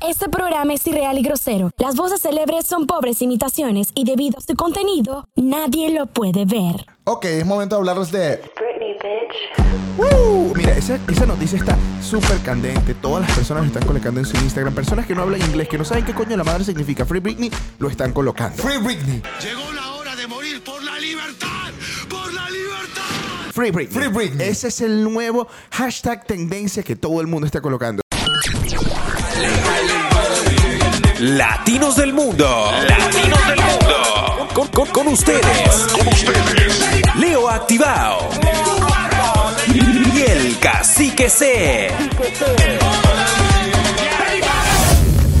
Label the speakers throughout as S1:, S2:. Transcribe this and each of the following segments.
S1: Este programa es irreal y grosero. Las voces célebres son pobres imitaciones y debido a su contenido, nadie lo puede ver.
S2: Ok, es momento de hablarles de...
S3: Britney, bitch.
S2: ¡Woo!
S4: ¡Uh! Mira, esa, esa noticia está súper candente. Todas las personas lo están colocando en su Instagram. Personas que no hablan inglés, que no saben qué coño la madre significa Free Britney, lo están colocando.
S2: Free Britney.
S5: Llegó la hora de morir por la libertad, por la libertad.
S4: Free Britney.
S2: Free Britney.
S4: Ese es el nuevo hashtag tendencia que todo el mundo está colocando.
S6: Latinos del Mundo. Latinos del Mundo. Con, con- con ustedes. Leo Activado. Y el Cacique C.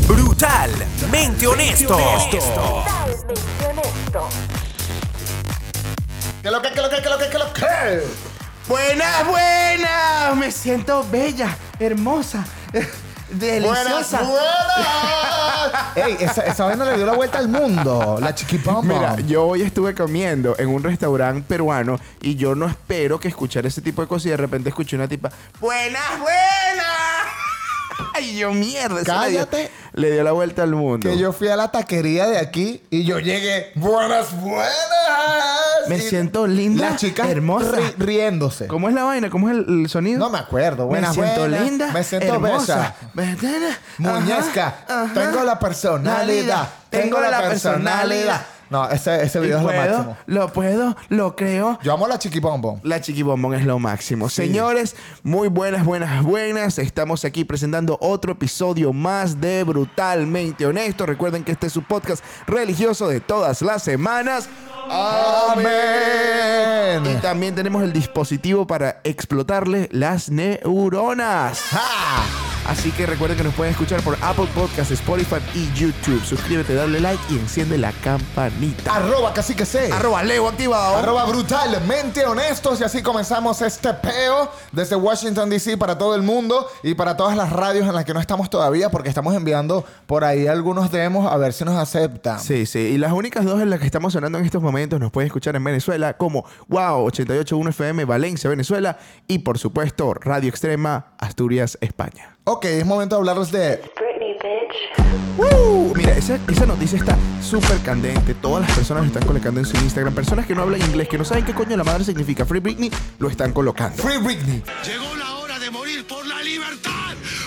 S6: Brutalmente honesto.
S2: ¿Qué lo que, qué lo que, qué lo que, qué lo que?
S4: Buenas, buenas. Me siento bella, hermosa,
S2: Buenas, buenas. Ey, esa, esa vaina le dio la vuelta al mundo. La chiquipoma.
S4: Mira, yo hoy estuve comiendo en un restaurante peruano y yo no espero que escuchar ese tipo de cosas y de repente escuché una tipa, buenas, buenas. Ay, yo mierda. eso le dio-
S2: Cállate.
S4: Le dio, la vuelta al mundo.
S2: Que yo fui a la taquería de aquí y yo llegué. Buenas, buenas.
S4: Me
S2: Y
S4: siento linda,
S2: La chica
S4: hermosa.
S2: ri- riéndose.
S4: ¿Cómo es la vaina? ¿Cómo es el, el sonido?
S2: No me acuerdo. Buenas,
S4: me siento
S2: buenas.
S4: linda.
S2: Me siento
S4: hermosa.
S2: bella.
S4: ¿verdad?
S2: Muñezca,
S4: Ajá, ajá.
S2: tengo la personalidad. Tengo la personalidad. No, ese, ese
S4: Y
S2: video es lo
S4: puedo,
S2: máximo.
S4: Lo puedo, lo creo.
S2: Yo amo la chiquipompom.
S4: La chiquibombón es lo máximo. Señores, muy buenas, buenas, buenas. Estamos aquí presentando otro episodio más de Brutalmente Honesto. Recuerden que este es su podcast religioso de todas las semanas. Y
S2: Amén.
S4: también tenemos el dispositivo para explotarle las neuronas.
S2: Ja.
S4: Así que recuerden que nos pueden escuchar por Apple Podcasts, Spotify y YouTube. Suscríbete, dale like y enciende la campanita.
S2: Arroba casi que sé.
S4: Arroba Leo activado.
S2: Arroba brutalmente honestos y así comenzamos este peo desde Washington DC para todo el mundo y para todas las radios en las que no estamos todavía porque estamos enviando por ahí algunos demos a ver si nos aceptan.
S4: Sí, sí. Y las únicas dos en las que estamos sonando en estos momentos nos pueden escuchar en Venezuela como Wow 88.1 FM Valencia, Venezuela. Y por supuesto, Radio Extrema, Asturias, España.
S2: Ok, es momento de hablarles de...
S3: Britney, bitch.
S4: ¡Woo! ¡Uh! Mira, esa, esa noticia está súper candente. Todas las personas lo están colocando en su Instagram. Personas que no hablan inglés, que no saben qué coño la madre significa Free Britney, lo están colocando.
S2: Free Britney.
S5: Llegó la hora de morir por la libertad,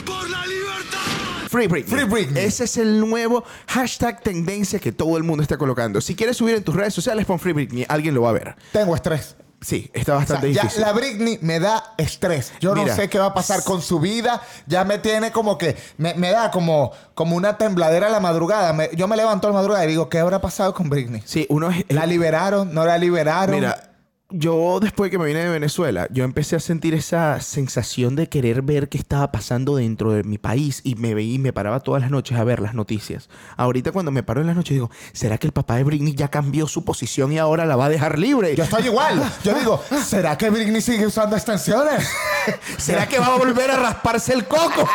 S5: por la libertad.
S4: Free Britney.
S2: Free Britney.
S4: Ese es el nuevo hashtag tendencia que todo el mundo está colocando. Si quieres subir en tus redes sociales, pon Free Britney. Alguien lo va a ver.
S2: Tengo estrés.
S4: Sí, está
S2: O sea,
S4: bastante
S2: ya
S4: difícil.
S2: la Britney me da estrés. Yo no
S4: Mira.
S2: sé qué va a pasar con su vida. Ya me tiene como que... Me, me da como, como una tembladera a la madrugada. Me- yo me levanto a la madrugada y digo, ¿qué habrá pasado con Britney?
S4: Sí, uno es...
S2: ¿La liberaron? ¿No la liberaron?
S4: Eh, Mira, yo después que me vine de Venezuela, yo empecé a sentir esa sensación de querer ver qué estaba pasando dentro de mi país y me veía y me paraba todas las noches a ver las noticias. Ahorita cuando me paro en las noches digo, ¿será que el papá de Britney ya cambió su posición y ahora la va a dejar libre?
S2: Yo estoy igual. Yo digo, ¿será que Britney sigue usando extensiones?
S4: ¿Será que va a volver a rasparse el coco?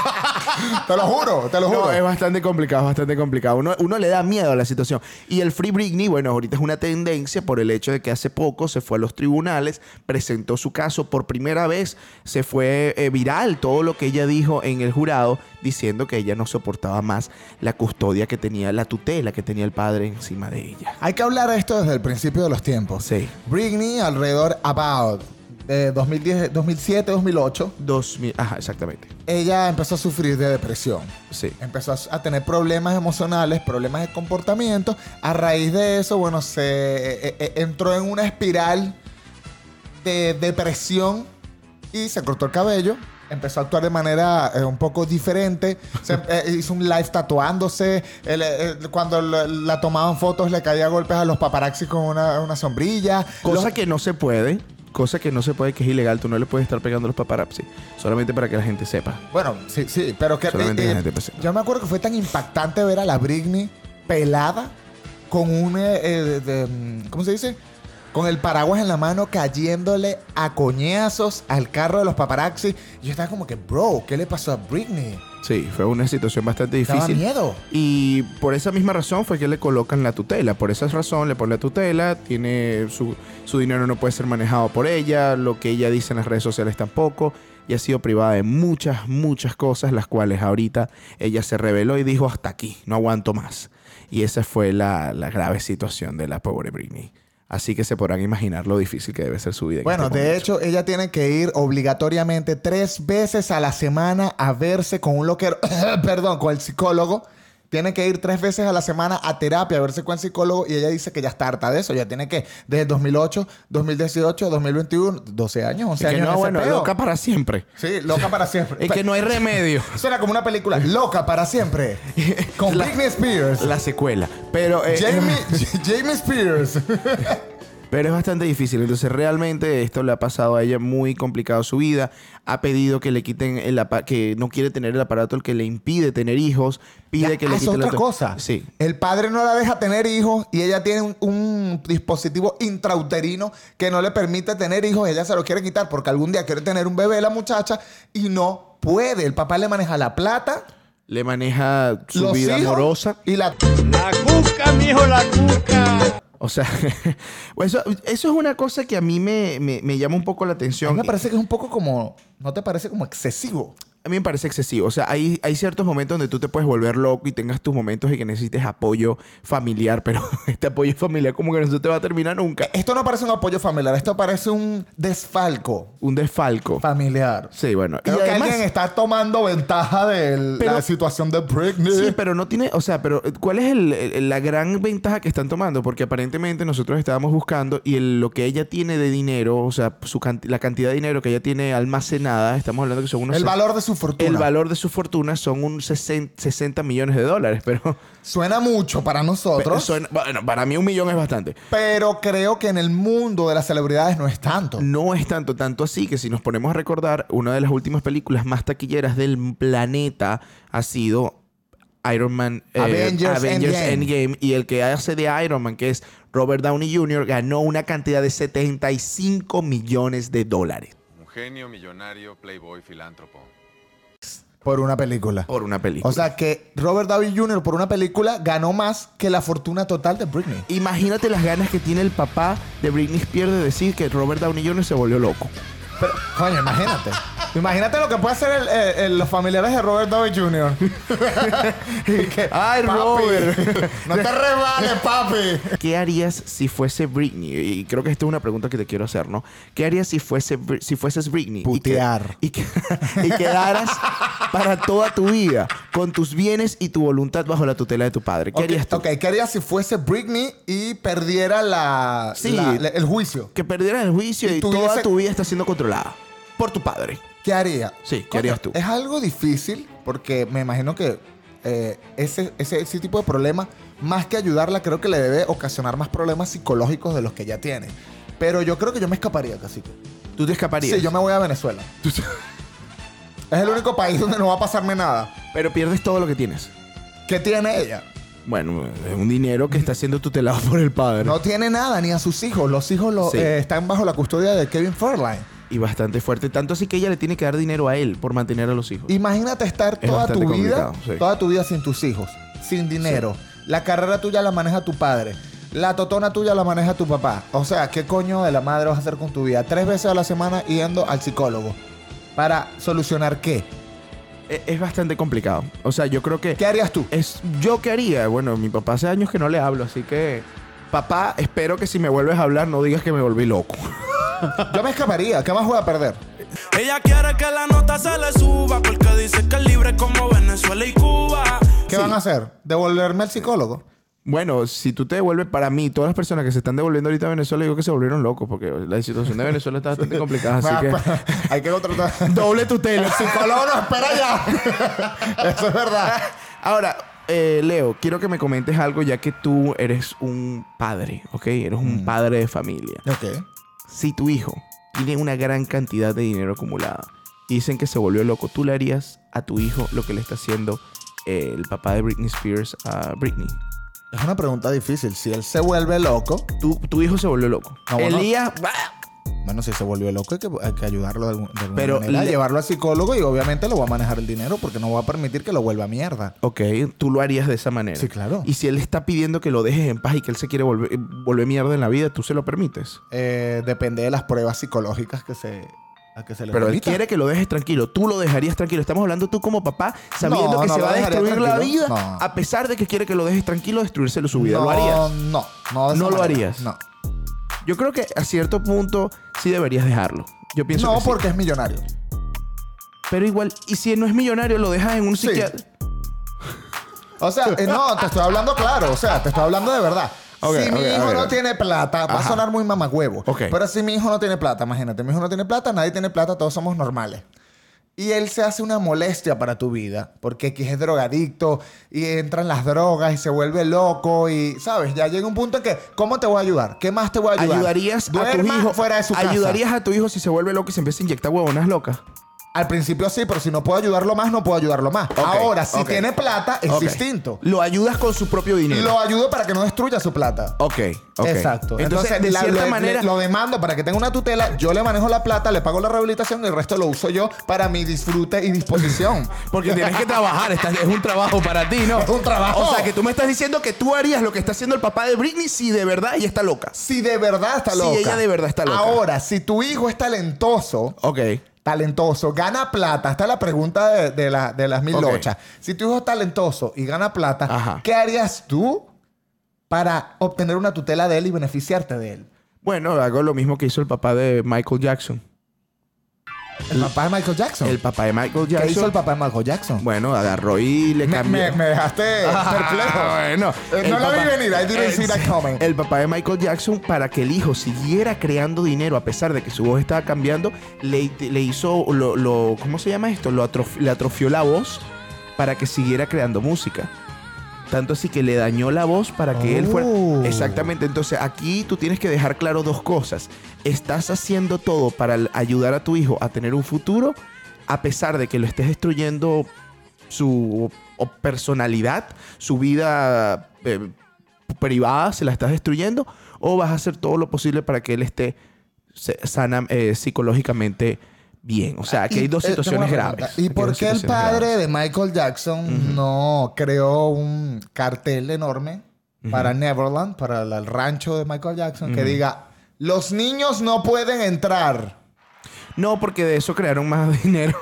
S2: te lo juro, te lo juro.
S4: No, es bastante complicado, es bastante complicado. Uno, uno le da miedo a la situación. Y el Free Britney, bueno, ahorita es una tendencia por el hecho de que hace poco se fue a los tribunales, presentó su caso por primera vez, se fue eh, viral todo lo que ella dijo en el jurado, diciendo que ella no soportaba más la custodia que tenía, la tutela que tenía el padre encima de ella.
S2: Hay que hablar de esto desde el principio de los tiempos.
S4: Sí.
S2: Britney alrededor about eh, de 2010, 2007, 2008,
S4: Dos mil, ajá, exactamente.
S2: ella empezó a sufrir de depresión.
S4: Sí.
S2: Empezó a a tener problemas emocionales, problemas de comportamiento. A raíz de eso, bueno, se e- e- entró en una espiral de depresión y se cortó el cabello. Empezó a actuar de manera eh, un poco diferente. Se, eh, hizo un live tatuándose. El, eh, el- cuando la, la tomaban fotos, le caía a golpes a los paparazzi con una, una sombrilla.
S4: Cosa
S2: Los-
S4: que no se puede, cosa que no se puede, que es ilegal. Tú no le puedes estar pegando a los paparazzi, solamente para que la gente sepa.
S2: Bueno, sí, sí, pero que.
S4: Solamente
S2: eh,
S4: la
S2: eh,
S4: gente presenta.
S2: yo me acuerdo que fue tan impactante ver a la Britney pelada con un. eh, eh, de- de, mm, ¿Cómo se dice? Con el paraguas en la mano cayéndole a coñazos al carro de los paparazzi. Y Yo estaba como que, bro, ¿qué le pasó a Britney?
S4: Sí, fue una situación bastante
S2: Daba
S4: difícil.
S2: miedo.
S4: Y por esa misma razón fue que le colocan la tutela. Por esa razón le ponen la tutela, tiene su, su dinero no puede ser manejado por ella, lo que ella dice en las redes sociales tampoco. Y ha sido privada de muchas, muchas cosas, las cuales ahorita ella se reveló y dijo hasta aquí, no aguanto más. Y esa fue la, la grave situación de la pobre Britney. Así que se podrán imaginar lo difícil que debe ser su vida. en
S2: Bueno,
S4: este
S2: de
S4: momento.
S2: hecho, ella tiene que ir obligatoriamente tres veces a la semana a verse con un loquero, perdón, con el psicólogo. Tiene que ir tres veces a la semana a terapia, a verse con el psicólogo y ella dice que ya está harta de eso. Ya tiene que, desde 2008, 2018, 2021, 12 años, 11
S4: Que
S2: años. en
S4: no,
S2: ese
S4: bueno,
S2: peo.
S4: loca para siempre.
S2: Sí, loca para siempre.
S4: Es que no hay remedio.
S2: Suena como una película, loca para siempre. Con
S4: La-
S2: Britney Spears.
S4: La secuela. Pero, eh,
S2: Jamie, Jamie Spears.
S4: pero es bastante difícil. Entonces, realmente esto le ha pasado a ella muy complicado su vida. Ha pedido que le quiten el apa- que no quiere tener el aparato el que le impide tener hijos. Pide que le
S2: Ah, es
S4: quiten el
S2: otra
S4: aparato-
S2: cosa.
S4: Sí.
S2: El padre no la deja tener hijos y ella tiene un, un dispositivo intrauterino que no le permite tener hijos. Ella se lo quiere quitar porque algún día quiere tener un bebé la muchacha y no puede. El papá le maneja la plata,
S4: Le maneja su
S2: los
S4: vida
S2: hijos
S4: amorosa.
S2: y la...
S7: La cuca, mijo, la cuca.
S4: O sea, pues, eso, eso es una cosa que a mí me, me- me llama un poco la
S2: A mí
S4: atención.
S2: me parece que es un poco como... ¿No te parece como excesivo?
S4: A mí me parece excesivo. O sea, hay, hay ciertos momentos donde tú te puedes volver loco y tengas tus momentos y que necesites apoyo familiar, pero este apoyo familiar como que no se te va a terminar nunca.
S2: Esto no parece un apoyo familiar, esto parece un desfalco
S4: Un desfalco.
S2: familiar.
S4: Sí, bueno.
S2: Creo
S4: y
S2: que
S4: además,
S2: alguien está tomando ventaja de el-
S4: Pero-
S2: la situación de Britney.
S4: Sí, pero no tiene, o sea, pero eh, ¿cuál es el- el- la gran ventaja que están tomando? Porque aparentemente nosotros estábamos buscando y el- lo que ella tiene de dinero, o sea, su canti- la cantidad de dinero que ella tiene almacenada, estamos hablando que son unos...
S2: el
S4: ses-
S2: valor de su fortuna.
S4: el valor de su fortuna son un 60, 60 millones de dólares, pero...
S2: Suena mucho para nosotros,
S4: Suena- bueno, para mí un millón es bastante.
S2: pero creo que en el mundo de las celebridades no es tanto.
S4: No es tanto, tanto así que si nos ponemos a recordar, una de las últimas películas más taquilleras del planeta ha sido Iron Man eh,
S2: Avengers
S4: Endgame.
S2: Endgame.
S4: Y el que hace de Iron Man, que es Robert Downey Jr., ganó una cantidad de 75 millones de dólares
S8: Un genio, millonario, playboy, filántropo.
S2: Por una película.
S4: por una película.
S2: O sea que Robert Downey Jr. por una película ganó más que la fortuna total de Britney.
S4: Imagínate las ganas que tiene el papá de Britney Spears de decir que Robert Downey Jr. se volvió loco.
S2: Pero, coño, imagínate. imagínate lo que puede hacer el- el- el- los familiares de Robert Downey Jr. Y que,
S4: Ay,
S2: "Papi,
S4: Robert".
S2: No te resbales, papi.
S4: ¿Qué harías si fuese Britney? Y creo que esta es una pregunta que te quiero hacer, ¿no? ¿Qué harías si, fuese, Br- si fueses Britney? y que-
S2: Putear.
S4: Y, que- y quedaras para toda tu vida con tus bienes y tu voluntad bajo la tutela de tu padre. ¿Qué
S2: Ok,
S4: harías tú?
S2: Ok, ¿qué harías si fuese Britney y perdiera la,
S4: Sí.
S2: la- la- el juicio?
S4: Que perdieras el juicio y,
S2: Y
S4: toda
S2: tuviese-
S4: tu vida está siendo controlada por tu padre.
S2: ¿Qué haría?
S4: Sí, ¿qué harías tú?
S2: Es algo difícil porque me imagino que eh, ese, ese, ese tipo de problema, más que ayudarla, creo que le debe ocasionar más problemas psicológicos de los que ya tiene. Pero yo creo que yo me escaparía, cacique.
S4: Tú te escaparías.
S2: Sí, yo me voy a Venezuela. es el único país donde no va a pasarme nada.
S4: Pero pierdes todo lo que tienes.
S2: ¿Qué tiene ella?
S4: Bueno, es un dinero que está siendo tutelado por el padre.
S2: No tiene nada, ni a sus hijos. Los hijos lo-
S4: Sí.
S2: eh, están bajo la custodia de Kevin Fairline.
S4: Y bastante fuerte. Tanto así que ella le tiene que dar dinero a él por mantener a los hijos.
S2: Imagínate estar
S4: Es
S2: toda
S4: bastante
S2: tu vida,
S4: complicado, sí.
S2: toda tu vida sin tus hijos, sin dinero. La carrera tuya la maneja tu padre. La totona tuya la maneja tu papá. O sea, ¿qué coño de la madre vas a hacer con tu vida? Tres veces a la semana yendo al psicólogo. ¿Para solucionar qué?
S4: E- Es bastante complicado. O sea, yo creo que...
S2: ¿Qué harías tú?
S4: es yo qué haría. Bueno, mi papá hace años que no le hablo, así que papá, espero que si me vuelves a hablar no digas que me volví loco.
S2: Yo me escaparía. ¿Qué más voy a perder?
S9: Ella quiere que la nota se le suba porque dice que es libre como Venezuela y Cuba.
S2: ¿Qué van a hacer? ¿Devolverme al psicólogo?
S4: Bueno, si tú te devuelves, para mí, todas las personas que se están devolviendo ahorita a Venezuela, digo que se volvieron locos, porque la situación de Venezuela está bastante complicada, así que...
S2: pues, Hay que contratar.
S4: Doble tutela.
S2: psicólogo no espera ya. Eso es verdad.
S4: Ahora, eh, Leo, quiero que me comentes algo ya que tú eres un padre, ¿ok? Eres un padre de familia.
S2: Ok.
S4: Si tu hijo tiene una gran cantidad de dinero acumulada y dicen que se volvió loco, ¿tú le harías a tu hijo lo que le está haciendo eh, el papá de Britney Spears a Britney?
S2: Es una pregunta difícil. Si él se vuelve loco,
S4: Tu, tu hijo se volvió loco.
S2: No, bueno.
S4: Elías,
S2: Bueno, si se volvió loco, hay que, hay que ayudarlo de, algún- de alguna
S4: Pero
S2: manera.
S4: le-
S2: llevarlo al psicólogo y obviamente lo va a manejar el dinero porque no va a permitir que lo vuelva a mierda.
S4: Ok, tú lo harías de esa manera.
S2: Sí, claro.
S4: Y si él está pidiendo que lo dejes en paz y que él se quiere volver, eh, volver mierda en la vida, tú se lo permites.
S2: Eh, depende de las pruebas psicológicas que se, a que se le
S4: Pero él
S2: remita.
S4: quiere que lo dejes tranquilo. Tú lo dejarías tranquilo. Estamos hablando tú como papá, sabiendo
S2: No,
S4: que
S2: no
S4: se
S2: lo
S4: va a
S2: dejaría
S4: destruir la
S2: tranquilo.
S4: vida,
S2: No.
S4: a pesar de que quiere que lo dejes tranquilo, destruírselo su vida.
S2: no,
S4: ¿Lo harías?
S2: No, no, de esa
S4: No lo
S2: manera.
S4: harías.
S2: No,
S4: Yo creo que a cierto punto sí deberías dejarlo. Yo pienso
S2: no
S4: que sí.
S2: porque es millonario.
S4: Pero igual, y si no es millonario, lo dejas en un
S2: Sí.
S4: psiquiatra.
S2: O sea, eh, no, te estoy hablando claro. O sea, te estoy hablando de verdad.
S4: Ok,
S2: si mi
S4: ok,
S2: hijo
S4: ok,
S2: no
S4: ok.
S2: tiene plata, va a
S4: Ajá.
S2: sonar muy mamagüevo.
S4: Ok.
S2: Pero si mi hijo no tiene plata, imagínate, mi hijo no tiene plata, nadie tiene plata, todos somos normales. Y él se hace una molestia para tu vida, porque X es drogadicto y entran las drogas y se vuelve loco y, ¿sabes? Ya llega un punto en que, ¿cómo te voy a ayudar? ¿Qué más te voy a ayudar?
S4: ¿Ayudarías a tu
S2: Duerma
S4: hijo?
S2: fuera de su casa.
S4: ¿Ayudarías a tu hijo si se vuelve loco y se empieza a inyectar huevonas locas?
S2: Al principio sí, pero si no puedo ayudarlo más, no puedo ayudarlo más. Ahora, si
S4: ok.
S2: tiene plata, es
S4: Ok.
S2: distinto.
S4: Lo ayudas con su propio dinero.
S2: Lo ayudo para que no destruya su plata.
S4: Ok, ok.
S2: Exacto.
S4: Entonces, de
S2: la-
S4: cierta
S2: le-
S4: manera,
S2: le- lo demando para que tenga una tutela, yo le manejo la plata, le pago la rehabilitación y el resto lo uso yo para mi disfrute y disposición.
S4: porque tienes que trabajar, estás- es un trabajo para ti, ¿no?
S2: Es un trabajo.
S4: O sea, que tú me estás diciendo que tú harías lo que está haciendo el papá de Britney si de verdad ella está loca.
S2: si de verdad está
S4: Si
S2: loca.
S4: ella de verdad está loca.
S2: Ahora, si tu hijo es talentoso,
S4: Ok.
S2: talentoso, gana plata, está la pregunta de, de la- de las mil
S4: Ok.
S2: lochas. Si tu hijo es talentoso y gana plata,
S4: Ajá.
S2: ¿qué harías tú para obtener una tutela de él y beneficiarte de él?
S4: Bueno, hago lo mismo que hizo el papá de Michael Jackson.
S2: El papá de Michael Jackson.
S4: El papá de Michael
S2: ¿Qué
S4: Jackson.
S2: hizo el papá de Michael Jackson?
S4: Bueno, agarró y le
S2: Me,
S4: cambió.
S2: me- me dejaste perplejo.
S4: Ah, bueno.
S2: Eh,
S4: El
S2: no la vi
S4: papá-
S2: venir. I didn't
S4: Eh,
S2: see that
S4: sí.
S2: coming.
S4: El papá de Michael Jackson, para que el hijo siguiera creando dinero, a pesar de que su voz estaba cambiando, le, le hizo lo, lo- ¿Cómo se llama esto? Lo atrof- le atrofió la voz para que siguiera creando música. Tanto así que le dañó la voz para que él fuera.
S2: Oh.
S4: Exactamente. Entonces aquí tú tienes que dejar claro dos cosas. Estás haciendo todo para l- ayudar a tu hijo a tener un futuro, a pesar de que lo estés destruyendo su o- personalidad, su vida eh, privada, se la estás destruyendo, o vas a hacer todo lo posible para que él esté se- sana eh, psicológicamente bien. O sea, que
S2: Y,
S4: hay dos
S2: eh, tengo
S4: situaciones
S2: una pregunta.
S4: graves.
S2: ¿Y
S4: Aquí hay
S2: por
S4: dos
S2: qué el
S4: situaciones
S2: padre
S4: graves.
S2: de Michael Jackson no creó un cartel enorme para Neverland, para la- el rancho de Michael Jackson, que diga: Los niños no pueden entrar.
S4: No, porque de eso crearon más dinero.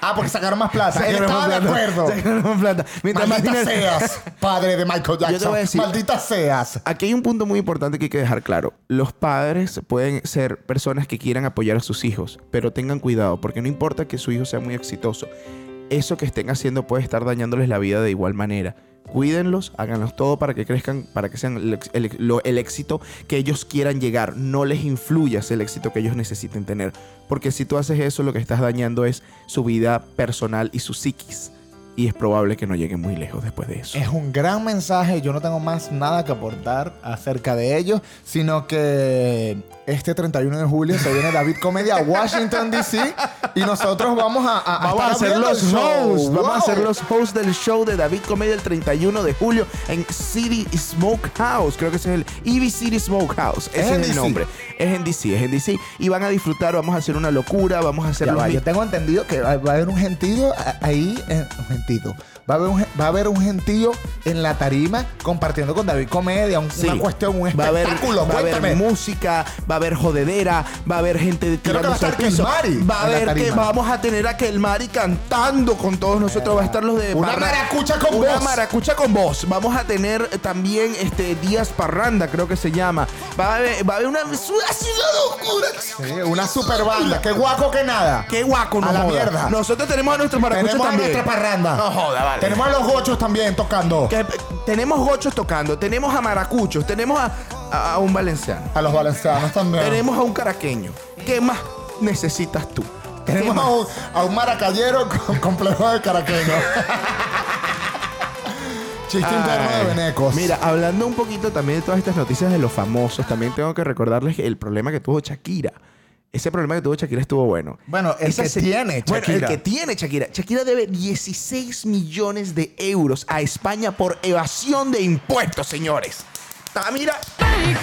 S2: Ah, porque sacaron más plaza. Él
S4: Sacaron
S2: estaba
S4: más
S2: de
S4: plata.
S2: acuerdo.
S4: Sacaron más plata. Mientras más
S2: Maldita
S4: dinero-
S2: seas, padre de Michael
S4: voy a
S2: Jackson.
S4: decir-
S2: Maldita seas.
S4: Aquí hay un punto muy importante que hay que dejar claro. Los padres pueden ser personas que quieran apoyar a sus hijos, pero tengan cuidado, porque no importa que su hijo sea muy exitoso. Eso que estén haciendo puede estar dañándoles la vida de igual manera. Cuídenlos, háganlos todo para que crezcan, para que sean el, ex- el ex- lo- el éxito que ellos quieran llegar. No les influyas el éxito que ellos necesiten tener. Porque si tú haces eso, lo que estás dañando es su vida personal y su psiquis. Y es probable que no lleguen muy lejos después de eso.
S2: Es un gran mensaje. Yo no tengo más nada que aportar acerca de ello, sino que este 31 de julio se viene David Comedia a Washington, D.C. y nosotros vamos a, a- a
S4: Vamos a
S2: estar
S4: Ah, hacer
S2: abriendo
S4: los
S2: el show.
S4: hosts. Vamos a
S2: Wow.
S4: hacer los hosts del show de David Comedia el 31 de julio en City Smokehouse. Creo que ese es el EV City Smokehouse. Ese
S2: Es
S4: es,
S2: en
S4: el
S2: DC.
S4: nombre. Es en DC, es en DC. Y van a disfrutar, vamos a hacer una locura, vamos a hacer
S2: Ya
S4: los
S2: va,
S4: mi-
S2: yo tengo entendido que va, va a haber un gentío a- ahí, en, un gentío. Va a, haber un, gen- va a haber un gentío en la tarima compartiendo con David Comedia, un-
S4: Sí.
S2: una cuestión, un
S4: va a haber,
S2: espectáculo.
S4: va a haber
S2: Cuéntame.
S4: música, va a haber jodedera, va a haber gente
S2: que va a
S4: tirándose al
S2: estar
S4: piso.
S2: Kelmari
S4: Va a
S2: en la
S4: haber que
S2: tarima.
S4: vamos a tener a Kelmari cantando con todos nosotros. Va a estar los de
S2: Una
S4: parra-
S2: maracucha con
S4: una
S2: voz.
S4: maracucha con voz. Vamos a tener eh, también este Díaz Parranda, creo que se llama. Va a haber, va a haber una, una ciudad locura.
S2: Sí, una super banda. Qué guaco que nada.
S4: Qué guaco, no
S2: A la
S4: joda.
S2: mierda.
S4: Nosotros tenemos a nuestros maracuchos
S2: Tenemos a
S4: también.
S2: nuestra parranda.
S4: No joda, vale.
S2: Tenemos a los gochos también tocando.
S4: Que- tenemos gochos tocando, tenemos a maracuchos, tenemos a- a- a un valenciano.
S2: A los valencianos también.
S4: Tenemos a un caraqueño. ¿Qué más necesitas tú?
S2: Tenemos
S4: ¿Qué
S2: a
S4: más?
S2: un, a un maracayero con complejo de caraqueño. Chiste interno de
S4: Ay.
S2: Venecos.
S4: Mira, hablando un poquito también de todas estas noticias de los famosos, también tengo que recordarles que el problema que tuvo Shakira. Ese problema que tuvo Shakira estuvo bueno.
S2: Bueno, el que tiene
S4: Bueno, el
S2: Shakira.
S4: que tiene Shakira. Shakira debe 16 millones de euros a España por evasión de impuestos, señores. Está, mira,
S10: Creo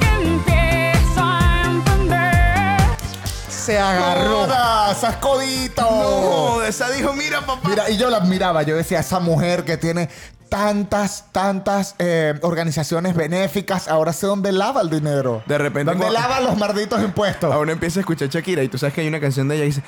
S10: que empiezo a
S4: se agarró.
S2: ¡Joda! ¡Sascodito!
S4: No, esa dijo, mira, papá.
S2: Oh. Mira, y yo la admiraba. Yo decía, esa mujer que tiene tantas, tantas eh, organizaciones benéficas, ahora sé dónde lava el dinero.
S4: De repente
S2: ¿Dónde
S4: cuando-
S2: lava los malditos impuestos?
S4: Ahora empieza a escuchar Shakira y tú sabes que hay una canción de ella y dice,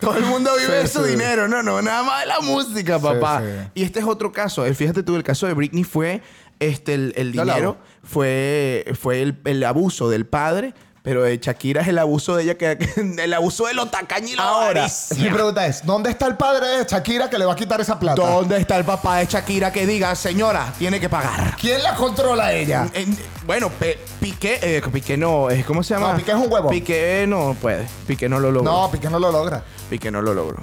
S4: todo el mundo vive
S2: Sí,
S4: su
S2: sí.
S4: dinero, no, no, nada más de la música, papá.
S2: sí.
S4: Y este es otro caso, Eh, fíjate tú, el caso de Britney fue este, el, el
S2: Ya la
S4: dinero,
S2: hago.
S4: fue, fue el, el abuso del padre, pero de Shakira es el abuso de ella, que, el abuso de lo tacaño y la
S2: Ahora,
S4: avaricia.
S2: mi pregunta es, ¿dónde está el padre de Shakira que le va a quitar esa plata?
S4: ¿Dónde está el papá de Shakira que diga, señora, tiene que pagar?
S2: ¿Quién la controla a ella?
S4: En- bueno, Pe- Piqué, eh, Piqué no, eh, ¿cómo se llama?
S2: No, Piqué es un huevón.
S4: Piqué no puede, Piqué no lo logró.
S2: No, Piqué no lo logra.
S4: Piqué no lo logró.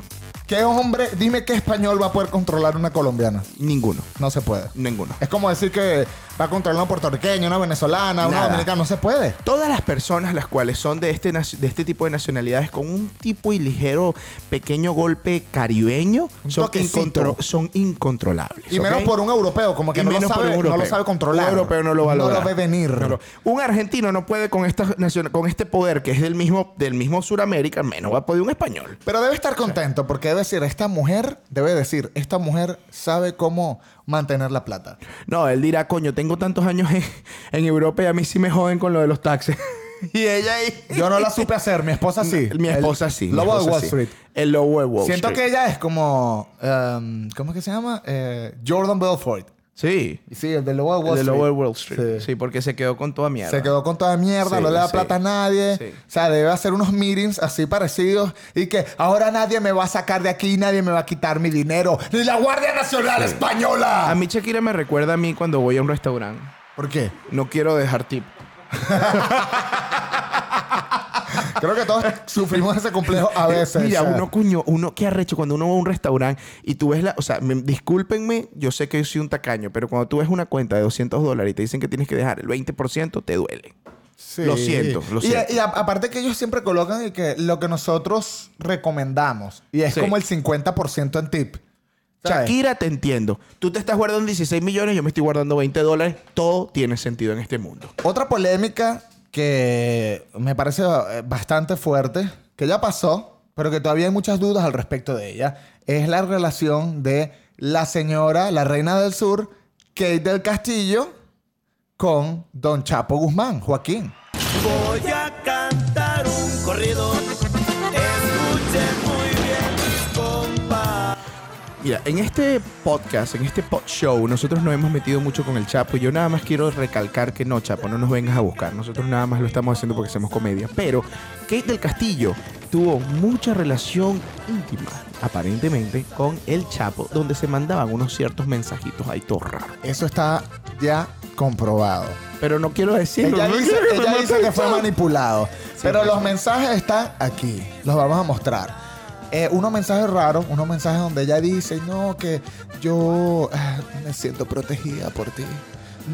S2: ¿Qué hombre, dime qué español va a poder controlar una colombiana?
S4: Ninguno,
S2: No se puede.
S4: ninguno.
S2: Es como decir que va a controlar una puertorriqueña, una venezolana, una
S4: Nada.
S2: dominicana. No se puede.
S4: Todas las personas las cuales son de este, naci- de este tipo de nacionalidades con un tipo y ligero pequeño golpe caribeño
S2: Un
S4: son,
S2: toquecito.
S4: incontro- son incontrolables.
S2: Y menos
S4: ¿ok?
S2: por un europeo, como que
S4: Y
S2: no lo,
S4: menos por
S2: sabe,
S4: un
S2: no lo
S4: europeo.
S2: sabe controlar.
S4: Un europeo no lo va a lograr.
S2: No lo ve venir.
S4: No lo- un argentino no puede con, esta nacion- con este poder que es del mismo, del mismo Suramérica, menos va a poder un español.
S2: Pero debe estar contento porque debe decir, esta mujer, debe decir, esta mujer sabe cómo mantener la plata.
S4: No, él dirá, coño, tengo tantos años en, en Europa y a mí sí me joden con lo de los taxes. y ella ahí.
S2: Yo no la supe hacer, mi esposa Ah, sí.
S4: Mi esposa
S2: El
S4: sí. mi
S2: Lobo de
S4: esposa
S2: Wall
S4: sí.
S2: Street.
S4: El lobo de Wall
S2: Siento que
S4: Street.
S2: ella es como, em, ¿cómo es que se llama? Eh, Jordan Belfort.
S4: Sí.
S2: Sí, el del Lobo de
S4: El
S2: Wall
S4: de
S2: Street.
S4: Lobo de Wall Street.
S2: Sí.
S4: Sí. porque se quedó con toda mierda.
S2: Se quedó con toda mierda,
S4: Sí,
S2: no le da
S4: sí.
S2: plata a nadie.
S4: Sí.
S2: O sea, debe hacer unos meetings así parecidos y que ahora nadie me va a sacar de aquí, nadie me va a quitar mi dinero. ¡Ni la Guardia Nacional Española!
S4: A mí Shakira me recuerda a mí cuando voy a un restaurante.
S2: ¿Por qué?
S4: No quiero dejar tip.
S2: Creo que todos sufrimos ese complejo a veces.
S4: Eh, Mira,
S2: o sea.
S4: uno cuño, uno que arrecho cuando uno va a un restaurante y tú ves la, o sea, me- discúlpenme, yo sé que yo soy un tacaño, pero cuando tú ves una cuenta de 200 dólares y te dicen que tienes que dejar el 20%, te duele.
S2: Sí.
S4: Lo siento, lo
S2: Y-
S4: siento.
S2: Y, a- aparte que ellos siempre colocan y que lo que nosotros recomendamos. Y es
S4: Sí.
S2: como el 50% en tip. ¿Sabes?
S4: Shakira, te entiendo. Tú te estás guardando 16 millones, yo me estoy guardando 20 dólares. Todo tiene sentido en este mundo.
S2: Otra polémica que me parece eh, bastante fuerte, que ya pasó, pero que todavía hay muchas dudas al respecto de ella, es la relación de la señora, la reina del sur, Kate del Castillo, con Don Chapo Guzmán, Joaquín.
S9: Voy a cantar un corrido. Escuchen muy bien mis compas.
S4: Mira, en este podcast, en este pod show, nosotros nos hemos metido mucho con el Chapo. y Yo nada más quiero recalcar que no, Chapo, no nos vengas a buscar. Nosotros nada más lo estamos haciendo porque hacemos comedia. Pero Kate del Castillo tuvo mucha relación íntima, aparentemente, con el Chapo, donde se mandaban unos ciertos mensajitos ahí todo raro.
S2: Eso está ya comprobado.
S4: Pero no quiero decirlo.
S2: Ella
S4: no
S2: dice,
S4: quiero que me
S2: ella
S4: mate
S2: dice
S4: el
S2: que fue
S4: Chapo.
S2: manipulado. pero los mensajes están aquí. Los vamos a mostrar. Eh, unos mensajes raros, unos mensajes donde ella dice, no, que yo ah, me siento protegida por ti.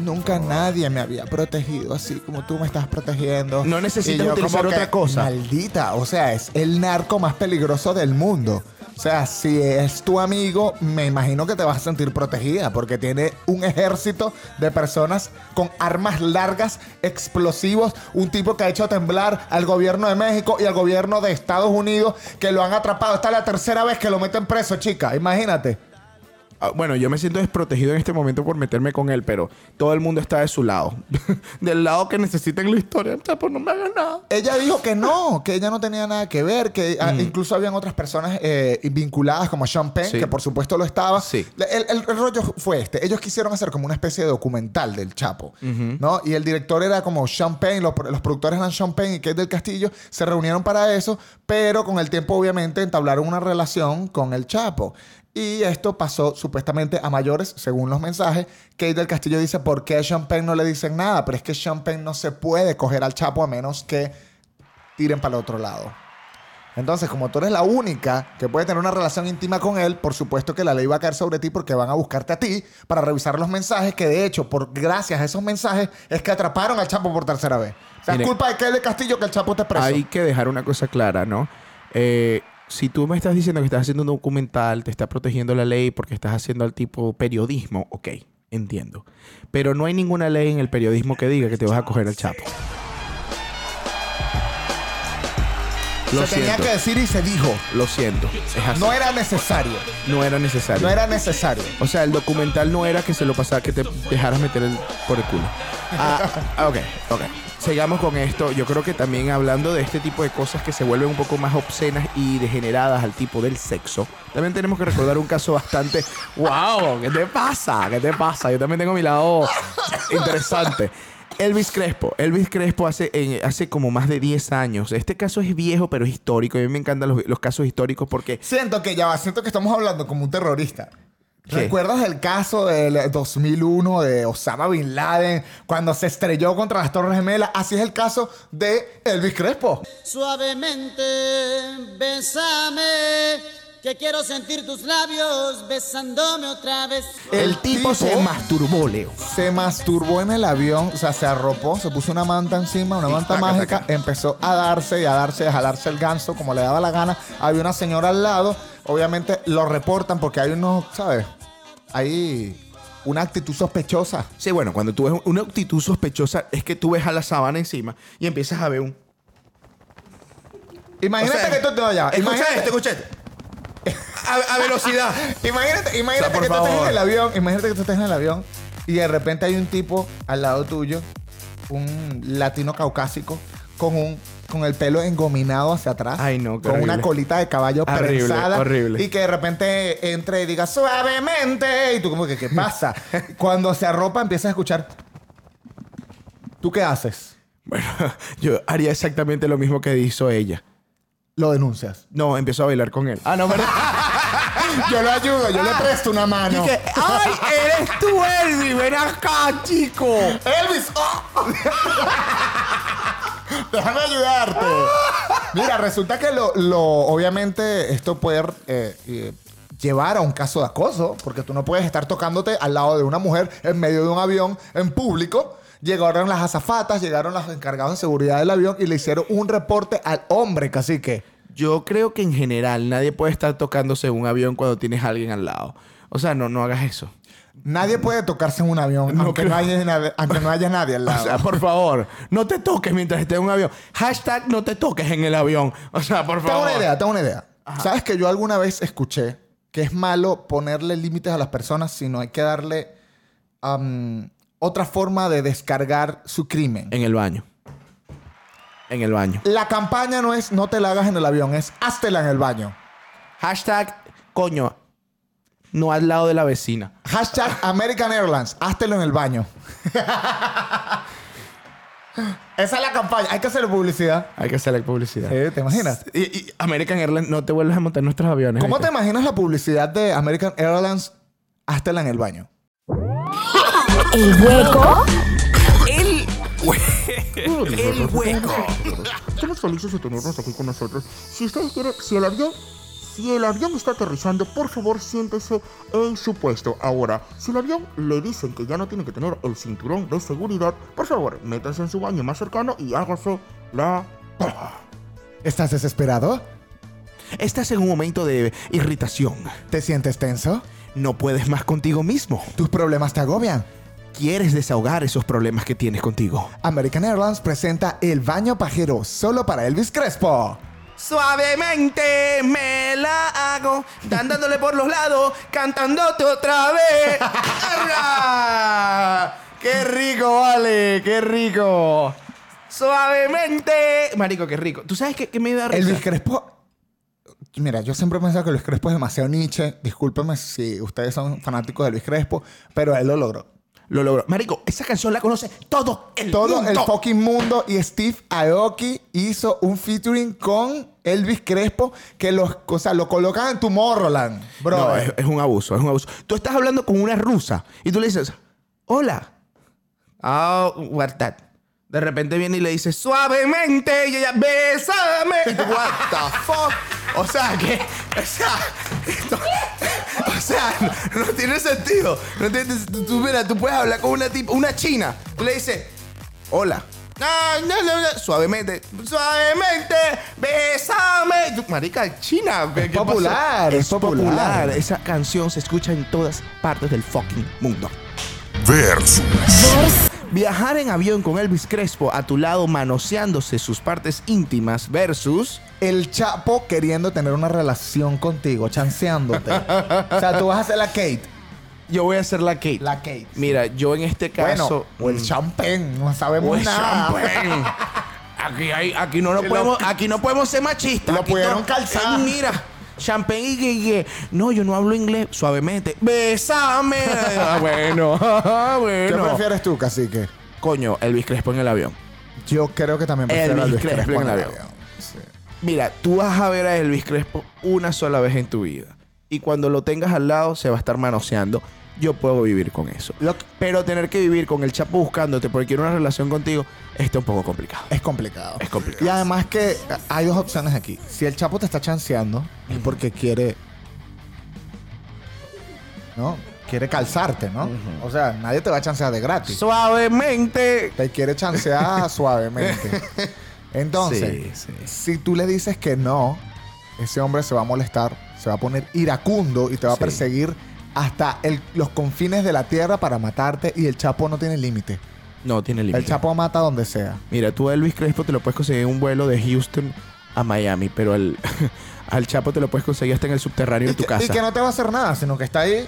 S2: Nunca nadie me había protegido así como tú me estás protegiendo.
S4: No necesitas
S2: Y yo
S4: utilizar
S2: como
S4: otra cosa.
S2: Maldita, o sea, es el narco más peligroso del mundo. O sea, si es tu amigo, me imagino que te vas a sentir protegida porque tiene un ejército de personas con armas largas, explosivos, un tipo que ha hecho temblar al gobierno de México y al gobierno de Estados Unidos que lo han atrapado. Esta es la tercera vez que lo meten preso, chica, imagínate.
S4: Ah, Bueno, yo me siento desprotegido en este momento por meterme con él, pero todo el mundo está de su lado. Del lado que necesiten la historia, Chapo, no me hagas nada.
S2: Ella dijo que no, que ella no tenía nada que ver, que ah, incluso habían otras personas eh, vinculadas como Sean Penn,
S4: Sí.
S2: que por supuesto lo estaba.
S4: Sí.
S2: El, el- el rollo fue este. Ellos quisieron hacer como una especie de documental del Chapo, ¿no? Y el director era como Sean Penn, los, pro- los productores eran Sean Penn y Kate del Castillo, se reunieron para eso, pero con el tiempo obviamente entablaron una relación con el Chapo. Y esto pasó supuestamente a mayores, según los mensajes. Kate del Castillo dice, ¿por qué a Sean Penn no le dicen nada? Pero es que Sean Penn no se puede coger al Chapo a menos que tiren para el otro lado. Entonces, como tú eres la única que puede tener una relación íntima con él, por supuesto que la ley va a caer sobre ti porque van a buscarte a ti para revisar los mensajes, que de hecho, por gracias a esos mensajes, es que atraparon al Chapo por tercera vez. O sea, es
S4: Mire.
S2: culpa de que él de Castillo que el Chapo te preso.
S4: Hay que dejar una cosa clara, ¿no? Eh, si tú me estás diciendo que estás haciendo un documental, te está protegiendo la ley porque estás haciendo al tipo periodismo, ok, entiendo. Pero no hay ninguna ley en el periodismo que diga que te vas a coger al Chapo. Lo
S2: se tenía
S4: siento,
S2: que decir y se dijo.
S4: lo siento. Es así.
S2: No era necesario.
S4: No era necesario.
S2: No era necesario.
S4: O sea, el documental no era que se lo pasara, que te dejaras meter el- por el culo. Ah, ok, ok. Sigamos con esto. Yo creo que también hablando de este tipo de cosas que se vuelven un poco más obscenas y degeneradas al tipo del sexo, también tenemos que recordar un caso bastante. ¡Wow! ¿Qué te pasa? ¿Qué te pasa? Yo también tengo mi lado interesante. Elvis Crespo. Elvis Crespo hace, en- hace como más de 10 años. Este caso es viejo, pero es histórico. A mí me encantan los- los casos históricos porque
S2: Siento que ya va, siento que estamos hablando como un terrorista.
S4: ¿Qué?
S2: ¿Recuerdas el caso del 2001 de Osama Bin Laden cuando se estrelló contra las Torres Gemelas? Así es el caso de Elvis Crespo.
S10: Suavemente, besame, que quiero sentir tus labios besándome otra vez.
S4: El tipo se masturbó, Leo.
S2: se masturbó en el avión, o sea, se arropó, se puso una manta encima, una manta
S4: taca,
S2: mágica,
S4: taca.
S2: empezó a darse y a darse, a jalarse el ganso como le daba la gana. Había una señora al lado, obviamente lo reportan porque hay unos, ¿sabes? Hay una actitud sospechosa.
S4: Sí, bueno, cuando tú ves una actitud sospechosa es que tú ves a la sábana encima y empiezas a ver un...
S2: Imagínate
S4: O sea,
S2: que tú te vayas.
S4: Escucha
S2: Imagínate,
S4: esto, escucha esto. A, a velocidad.
S2: imagínate, imagínate
S4: O sea, por
S2: que tú estés
S4: favor.
S2: en el avión, imagínate que tú estés en el avión y de repente hay un tipo al lado tuyo, un latino caucásico con un con el pelo engominado hacia atrás,
S4: Ay, no, qué
S2: con una
S4: horrible.
S2: colita de caballo
S4: Horrible,
S2: prensada
S4: horrible.
S2: y que de repente entre y diga suavemente y tú como que qué pasa? Cuando se arropa empiezas a escuchar ¿Tú qué haces?
S4: Bueno, yo haría exactamente lo mismo que hizo ella.
S2: Lo denuncias.
S4: No, empiezo a bailar con él. Ah, no, ¿verdad? Ah.
S2: Yo lo ayudo, yo le presto una mano.
S4: Dije, ¡ay, eres tú, Elvis! ¡Ven acá, chico!
S2: Elvis, ¡oh! déjame ayudarte. Mira, resulta que lo, lo- obviamente esto puede eh, eh, llevar a un caso de acoso, porque tú no puedes estar tocándote al lado de una mujer en medio de un avión en público. Llegaron las azafatas, llegaron los encargados de seguridad del avión y le hicieron un reporte al hombre, cacique.
S4: Yo creo que en general nadie puede estar tocándose en un avión cuando tienes a alguien al lado. O sea, no, no hagas eso.
S2: Nadie puede tocarse en un avión
S4: No
S2: aunque,
S4: creo.
S2: no haya, nadie- aunque no haya nadie al lado.
S4: O sea, por favor, no te toques mientras estés en un avión. Hashtag no te toques en el avión. O sea, por
S2: Tengo
S4: favor.
S2: una idea, tengo una idea. ¿Sabes que yo alguna vez escuché que es malo ponerle límites a las personas, sino hay que darle am, otra forma de descargar su crimen?
S4: En el baño. En el baño.
S2: La campaña no es no te la hagas en el avión, es háztela en el baño.
S4: Hashtag, coño, no al lado de la vecina.
S2: Hashtag American Airlines, háztelo en el baño. Esa es la campaña, hay que hacerle publicidad.
S4: Hay que hacerle publicidad.
S2: Eh, ¿Te imaginas?
S4: Y, y American Airlines, no te vuelvas a montar en nuestros aviones.
S2: ¿Cómo te
S4: ¿viste?
S2: imaginas la publicidad de American Airlines, háztela en el baño?
S1: El hueco
S6: El hueco. El hueco.
S11: Estamos felices de tenernos aquí con nosotros. Si ustedes quieren, si el avión, si el avión está aterrizando, por favor siéntese en su puesto. Ahora, si el avión le dicen que ya no tiene que tener el cinturón de seguridad, por favor, métanse en su baño más cercano y hágase la
S2: ¿Estás desesperado?
S4: Estás en un momento de irritación.
S2: ¿Te sientes tenso?
S4: No puedes más contigo mismo.
S2: ¿Tus problemas te agobian?
S4: Quieres desahogar esos problemas que tienes contigo.
S2: American Airlines presenta El Baño Pajero, solo para Elvis Crespo.
S4: Suavemente me la hago, dándole por los lados, cantándote otra vez. ¡Arra! ¡Qué rico, vale! ¡Qué rico! Suavemente. Marico, qué rico. ¿Tú sabes qué, qué me da risa?
S2: Elvis Crespo... Mira, yo siempre he pensado que Luis Crespo es demasiado Nietzsche. Discúlpeme si ustedes son fanáticos de Luis Crespo, pero él lo logró.
S4: Lo logró. Marico, esa canción la conoce todo el
S2: Todo
S4: mundo.
S2: el fucking mundo y Steve Aoki hizo un featuring con Elvis Crespo que los, o sea, lo colocan en Tomorrowland, bro.
S4: No, es, es un abuso, es un abuso. Tú estás hablando con una rusa y tú le dices, hola. Oh, what that? De repente viene y le dice, suavemente, y ella, bésame. What the fuck? O sea, que... O sea, esto- o sea, no, no tiene sentido. No tiene- tú, tú, mira, tú puedes hablar con una tipa, una china. Tú le dices, hola. Ah, no, no, no, Suavemente, suavemente, bésame. Tú, Marica, China. ¿qué- qué pasó?
S2: popular, es popular.
S4: Esa canción se escucha en todas partes del fucking mundo.
S12: Birds.
S4: Viajar en avión con Elvis Crespo a tu lado manoseándose sus partes íntimas versus...
S2: El Chapo queriendo tener una relación contigo, chanceándote. o sea, tú vas a ser la Kate.
S4: Yo voy a ser la Kate.
S2: La Kate.
S4: Mira, yo en este caso...
S2: Bueno, o el
S4: Mm.
S2: champén, no sabemos
S4: Pues,
S2: nada.
S4: champán. Aquí, hay- aquí, no nos
S2: Lo-
S4: podemos, aquí no podemos ser machistas.
S2: Lo
S4: Aquí
S2: pudieron
S4: to-
S2: calzar.
S4: Eh, mira, champagne y guille. No, yo no hablo inglés. Suavemente. Besame. Ah, bueno, ah,
S2: ¿Qué
S4: bueno.
S2: prefieres tú, cacique?
S4: Coño, Elvis Crespo en el avión.
S2: Yo creo que también prefiero
S4: Elvis
S2: a Elvis
S4: Crespo
S2: Crespo
S4: en el
S2: el
S4: avión. Mira, tú vas a ver a Elvis Crespo una sola vez en tu vida. Y cuando lo tengas al lado, se va a estar manoseando. Yo puedo vivir con eso. Pero tener que vivir con el chapo buscándote porque quiere una relación contigo está un poco complicado.
S2: Es complicado.
S4: Es complicado.
S2: Y además que hay dos opciones aquí. Si el Chapo te está chanceando, es porque quiere. ¿No? Quiere calzarte, ¿no? O sea, nadie te va a chancear de gratis.
S4: Suavemente.
S2: te quiere chancear suavemente. Entonces,
S4: Sí, sí.
S2: si tú le dices que no, ese hombre se va a molestar, se va a poner iracundo y te va
S4: Sí.
S2: a perseguir hasta el- los confines de la tierra para matarte. Y el Chapo no tiene límite.
S4: No, tiene límite.
S2: El Chapo mata donde sea.
S4: Mira, tú a Elvis Crespo te lo puedes conseguir en un vuelo de Houston a Miami, pero al, al Chapo te lo puedes conseguir hasta en el subterráneo de tu
S2: que-
S4: casa.
S2: que no te va a hacer nada, sino que está ahí.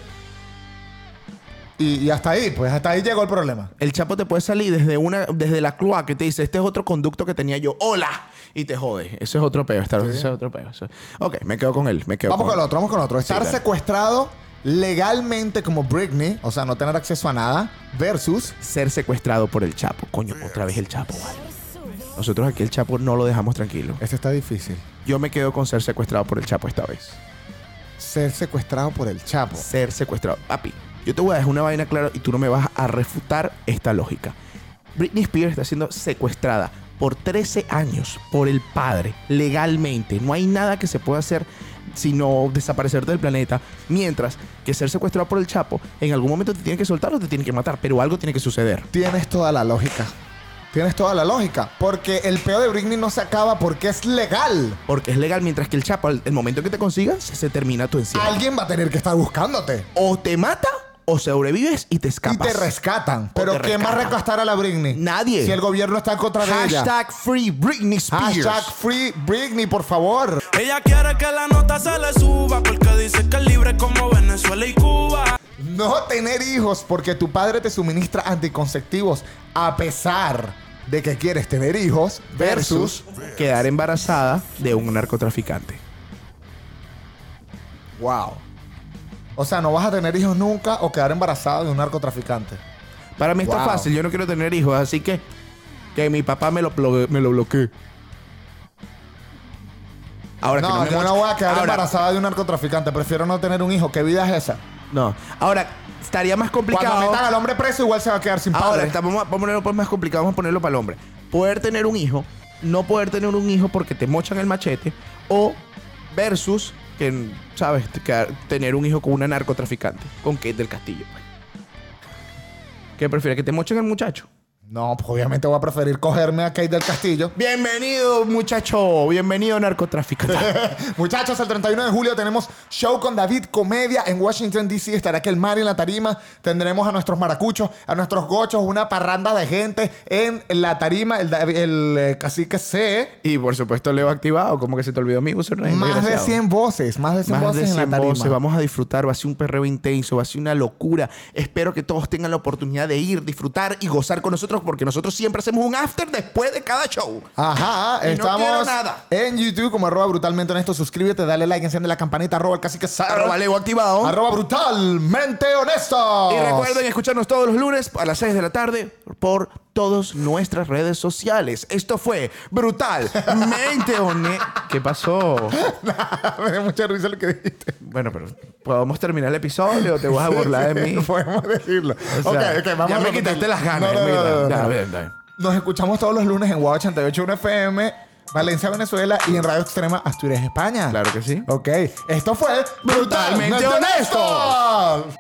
S2: Y, y hasta ahí, pues hasta ahí llegó el problema.
S4: El Chapo te puede salir desde una desde la cloaca que te dice, este es otro conducto que tenía yo. ¡Hola! Y te jode. Eso es otro peo, estar- Eso es otro peo. eso- Ok, me quedo con él. Me quedo
S2: Vamos con
S4: con
S2: el otro, vamos con el otro. Estar
S4: dale.
S2: secuestrado legalmente como Britney, o sea, no tener acceso a nada, versus
S4: Ser secuestrado por el Chapo. Coño, otra vez el Chapo, vale. Nosotros aquí el Chapo no lo dejamos tranquilo.
S2: Este está difícil.
S4: Yo me quedo con ser secuestrado por el Chapo esta vez.
S2: ser secuestrado por el Chapo.
S4: ser secuestrado. Papi, yo te voy a dejar una vaina clara y tú no me vas a refutar esta lógica. Britney Spears está siendo secuestrada por 13 años por el padre, legalmente. No hay nada que se pueda hacer sino desaparecer del planeta. Mientras que ser secuestrado por el Chapo, en algún momento te tienen que soltar o te tienen que matar, pero algo tiene que suceder.
S2: Tienes toda la lógica. Tienes toda la lógica. Porque el peo de Britney no se acaba porque es legal.
S4: Porque es legal, mientras que el Chapo, al- el momento que te consigan, se, se termina tu encierro.
S2: Alguien va a tener que estar buscándote.
S4: O te mata o sobrevives y
S2: Y
S4: te escapas.
S2: te rescatan. Pero
S4: te
S2: ¿quién más
S4: rescatan.
S2: recastará a la Britney?
S4: Nadie.
S2: Si el gobierno está en contra de ella.
S4: Hashtag Free Britney Spears.
S2: Hashtag Free Britney, por favor.
S9: Ella quiere que la nota se le suba porque dice que es libre como Venezuela y Cuba.
S2: No tener hijos porque tu padre te suministra anticonceptivos a pesar de que quieres tener hijos versus
S4: versus quedar embarazada de un narcotraficante.
S2: wow. O sea, no vas a tener hijos nunca o quedar embarazada de un narcotraficante.
S4: Para mí está
S2: Wow.
S4: fácil, yo no quiero tener hijos, así que que mi papá me lo, plo- me lo bloquee. Ahora
S2: no,
S4: que no me
S2: yo
S4: moche-
S2: no voy a quedar
S4: Ahora-
S2: embarazada de un narcotraficante. Prefiero no tener un hijo. ¿Qué vida es esa?
S4: No, ahora estaría más complicado.
S2: Cuando metan al hombre preso, igual se va a quedar sin padre.
S4: Ahora, está- vamos a vamos a ponerlo pues, más complicado, vamos a ponerlo para el hombre. Poder tener un hijo, no poder tener un hijo porque te mochan el machete, o versus que, ¿sabes? Te quedar- tener un hijo con una narcotraficante, con Kate del Castillo. pues. ¿Qué prefieres? ¿Que te mochen el muchacho?
S2: No, pues obviamente voy a preferir cogerme a Kate del Castillo.
S4: Bienvenido, muchacho. Bienvenido, narcotraficante.
S2: Muchachos, el 31 de julio tenemos show con David Comedia en Washington, D.C. Estará aquel mar en la tarima. Tendremos a nuestros maracuchos, a nuestros gochos, una parranda de gente en la tarima. El, Davi- el, eh, cacique C.
S4: y por supuesto, Leo activado. Como que se te olvidó mi username.
S2: Más de
S4: desgraciado.
S2: 100 voces, más de 100
S4: Más
S2: voces
S4: de 100
S2: en la tarima.
S4: voces. Vamos a disfrutar. Va a ser un perreo intenso. Va a ser una locura. Espero que todos tengan la oportunidad de ir, disfrutar y gozar con nosotros porque nosotros siempre hacemos un after después de cada show.
S2: Ajá,
S4: Y no
S2: estamos
S4: quiero nada.
S2: en YouTube como arroba brutalmente honesto. Suscríbete, dale like, enciende la campanita, arroba el cacique C.
S4: Arroba Leo activado.
S2: Arroba brutalmente honesto.
S4: Y recuerden escucharnos todos los lunes a las 6 de la tarde por todas nuestras redes sociales. Esto fue brutalmente honesto. ¿Qué pasó?
S2: Me dio mucha risa lo que dijiste.
S4: Bueno, pero ¿podemos terminar el episodio o te vas a burlar de mí?
S2: Podemos decirlo.
S4: O sea,
S2: ok, ok, vamos
S4: ya
S2: a
S4: me
S2: repetirlo.
S4: quitaste las ganas.
S2: No, no,
S4: me
S2: no,
S4: quitaste-
S2: no, no,
S4: Ya,
S2: no.
S4: bien, bien.
S2: Nos escuchamos todos los lunes en WOW 881 FM, Valencia, Venezuela y en Radio Extrema Asturias, España.
S4: Claro que sí.
S2: Ok, esto fue
S4: Brutalmente Honesto.
S2: Honesto.